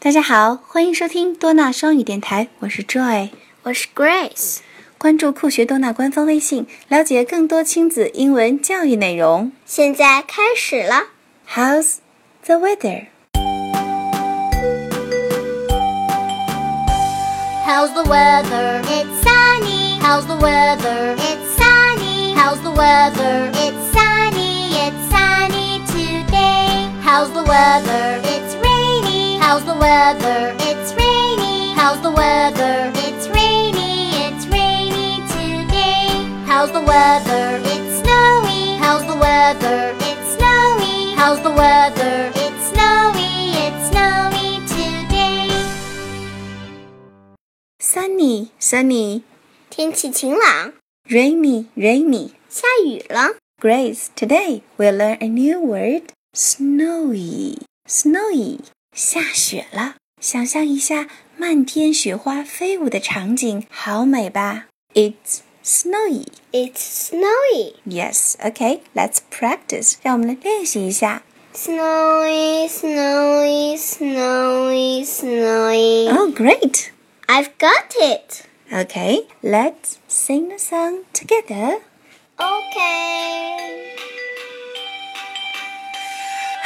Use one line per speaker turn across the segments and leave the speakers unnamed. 大家好，欢迎收听多纳双语电台，我是 Joy。
我是 Grace。
关注酷学多纳官方微信，了解更多亲子英文教育内容。
现在开始了，
How's the weather？
How's the weather?
It's sunny.
How's the weather?
It's sunny.
How's the weather?
It's sunny. It's sunny today.
How's the weather?
It's rainy.
How's the weather?
It's rainy.
How's the weather?
It's rainy. It's rainy today.
How's the weather?
It's snowy.
How's the weather?
It's snowy.
How's the weather?
It's snowy. It's snowy today.
Sunny, sunny,
天气晴朗，
rainy, rainy.
下雨了。
Grace, today we'll learn a new word, snowy. Snowy，下雪了。想象一下漫天雪花飞舞的场景，好美吧？It's snowy.
It's snowy.
Yes, okay, let's practice. 让我们来练习一下。
Snowy, snowy, snowy, snowy.
Oh, great.
I've got it.
Okay, let's sing the song together.
Okay.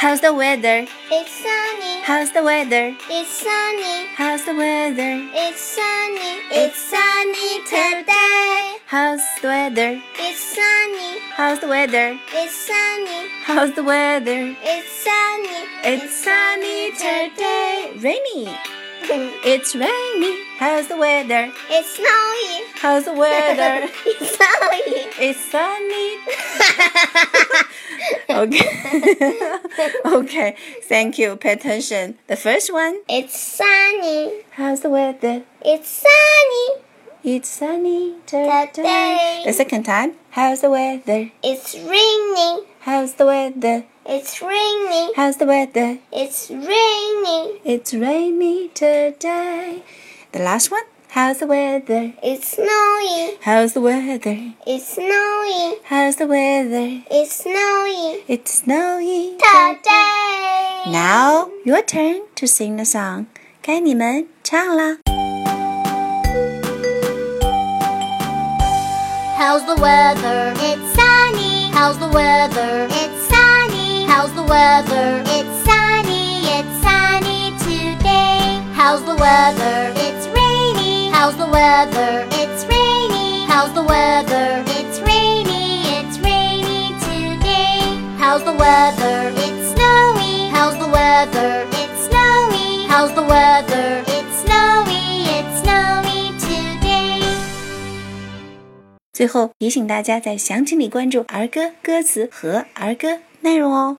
How's the weather?
It's sunny.
How's the weather?
It's sunny.
How's the weather?
It's sunny. It's sunny today.
How's the weather?
It's sunny.
How's the weather?
It's sunny.
How's the weather?
It's sunny.
It's sunny today. Rainy.
today.
It's rainy. How's the weather?
it's snowy.
How's the weather?
It's snowy.
It's sunny. Okay. okay. Thank you. Pay attention. The first one.
It's sunny.
How's the weather?
It's sunny.
It's sunny today. The second time. How's the weather?
It's raining.
How's the weather?
It's raining.
How's the weather?
It's raining.
It's rainy today. The last one. How's the weather?
It's snowy.
How's the weather?
It's snowy.
How's the weather?
It's snowy.
It's snowy.
Today.
Now your turn to sing the song. 该你们唱啦。
How's the weather?
It's sunny.
How's the weather?
It's sunny.
How's the weather?
It's sunny. It's sunny today.
How's the weather?
It's rainy.
How's the weather?
It's rainy.
How's the weather?
It's rainy. It's rainy today.
How's the weather?
It's snowy.
How's the weather?
It's snowy.
How's the weather?
It's snowy. It's snowy today.
最后提醒大家在详情里关注儿歌歌词和儿歌内容哦。